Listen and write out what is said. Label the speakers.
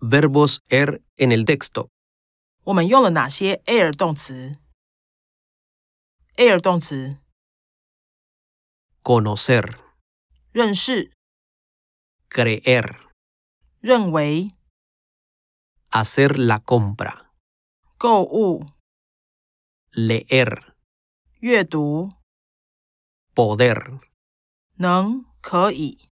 Speaker 1: verbos er en el texto.
Speaker 2: 我们用了哪些 air 动词？air 动词
Speaker 1: Conocer,
Speaker 2: 认识、
Speaker 1: creer,
Speaker 2: 认为、
Speaker 1: hacer la compra,
Speaker 2: 购物、
Speaker 1: leer,
Speaker 2: 阅读、
Speaker 1: poder.
Speaker 2: 能、可以。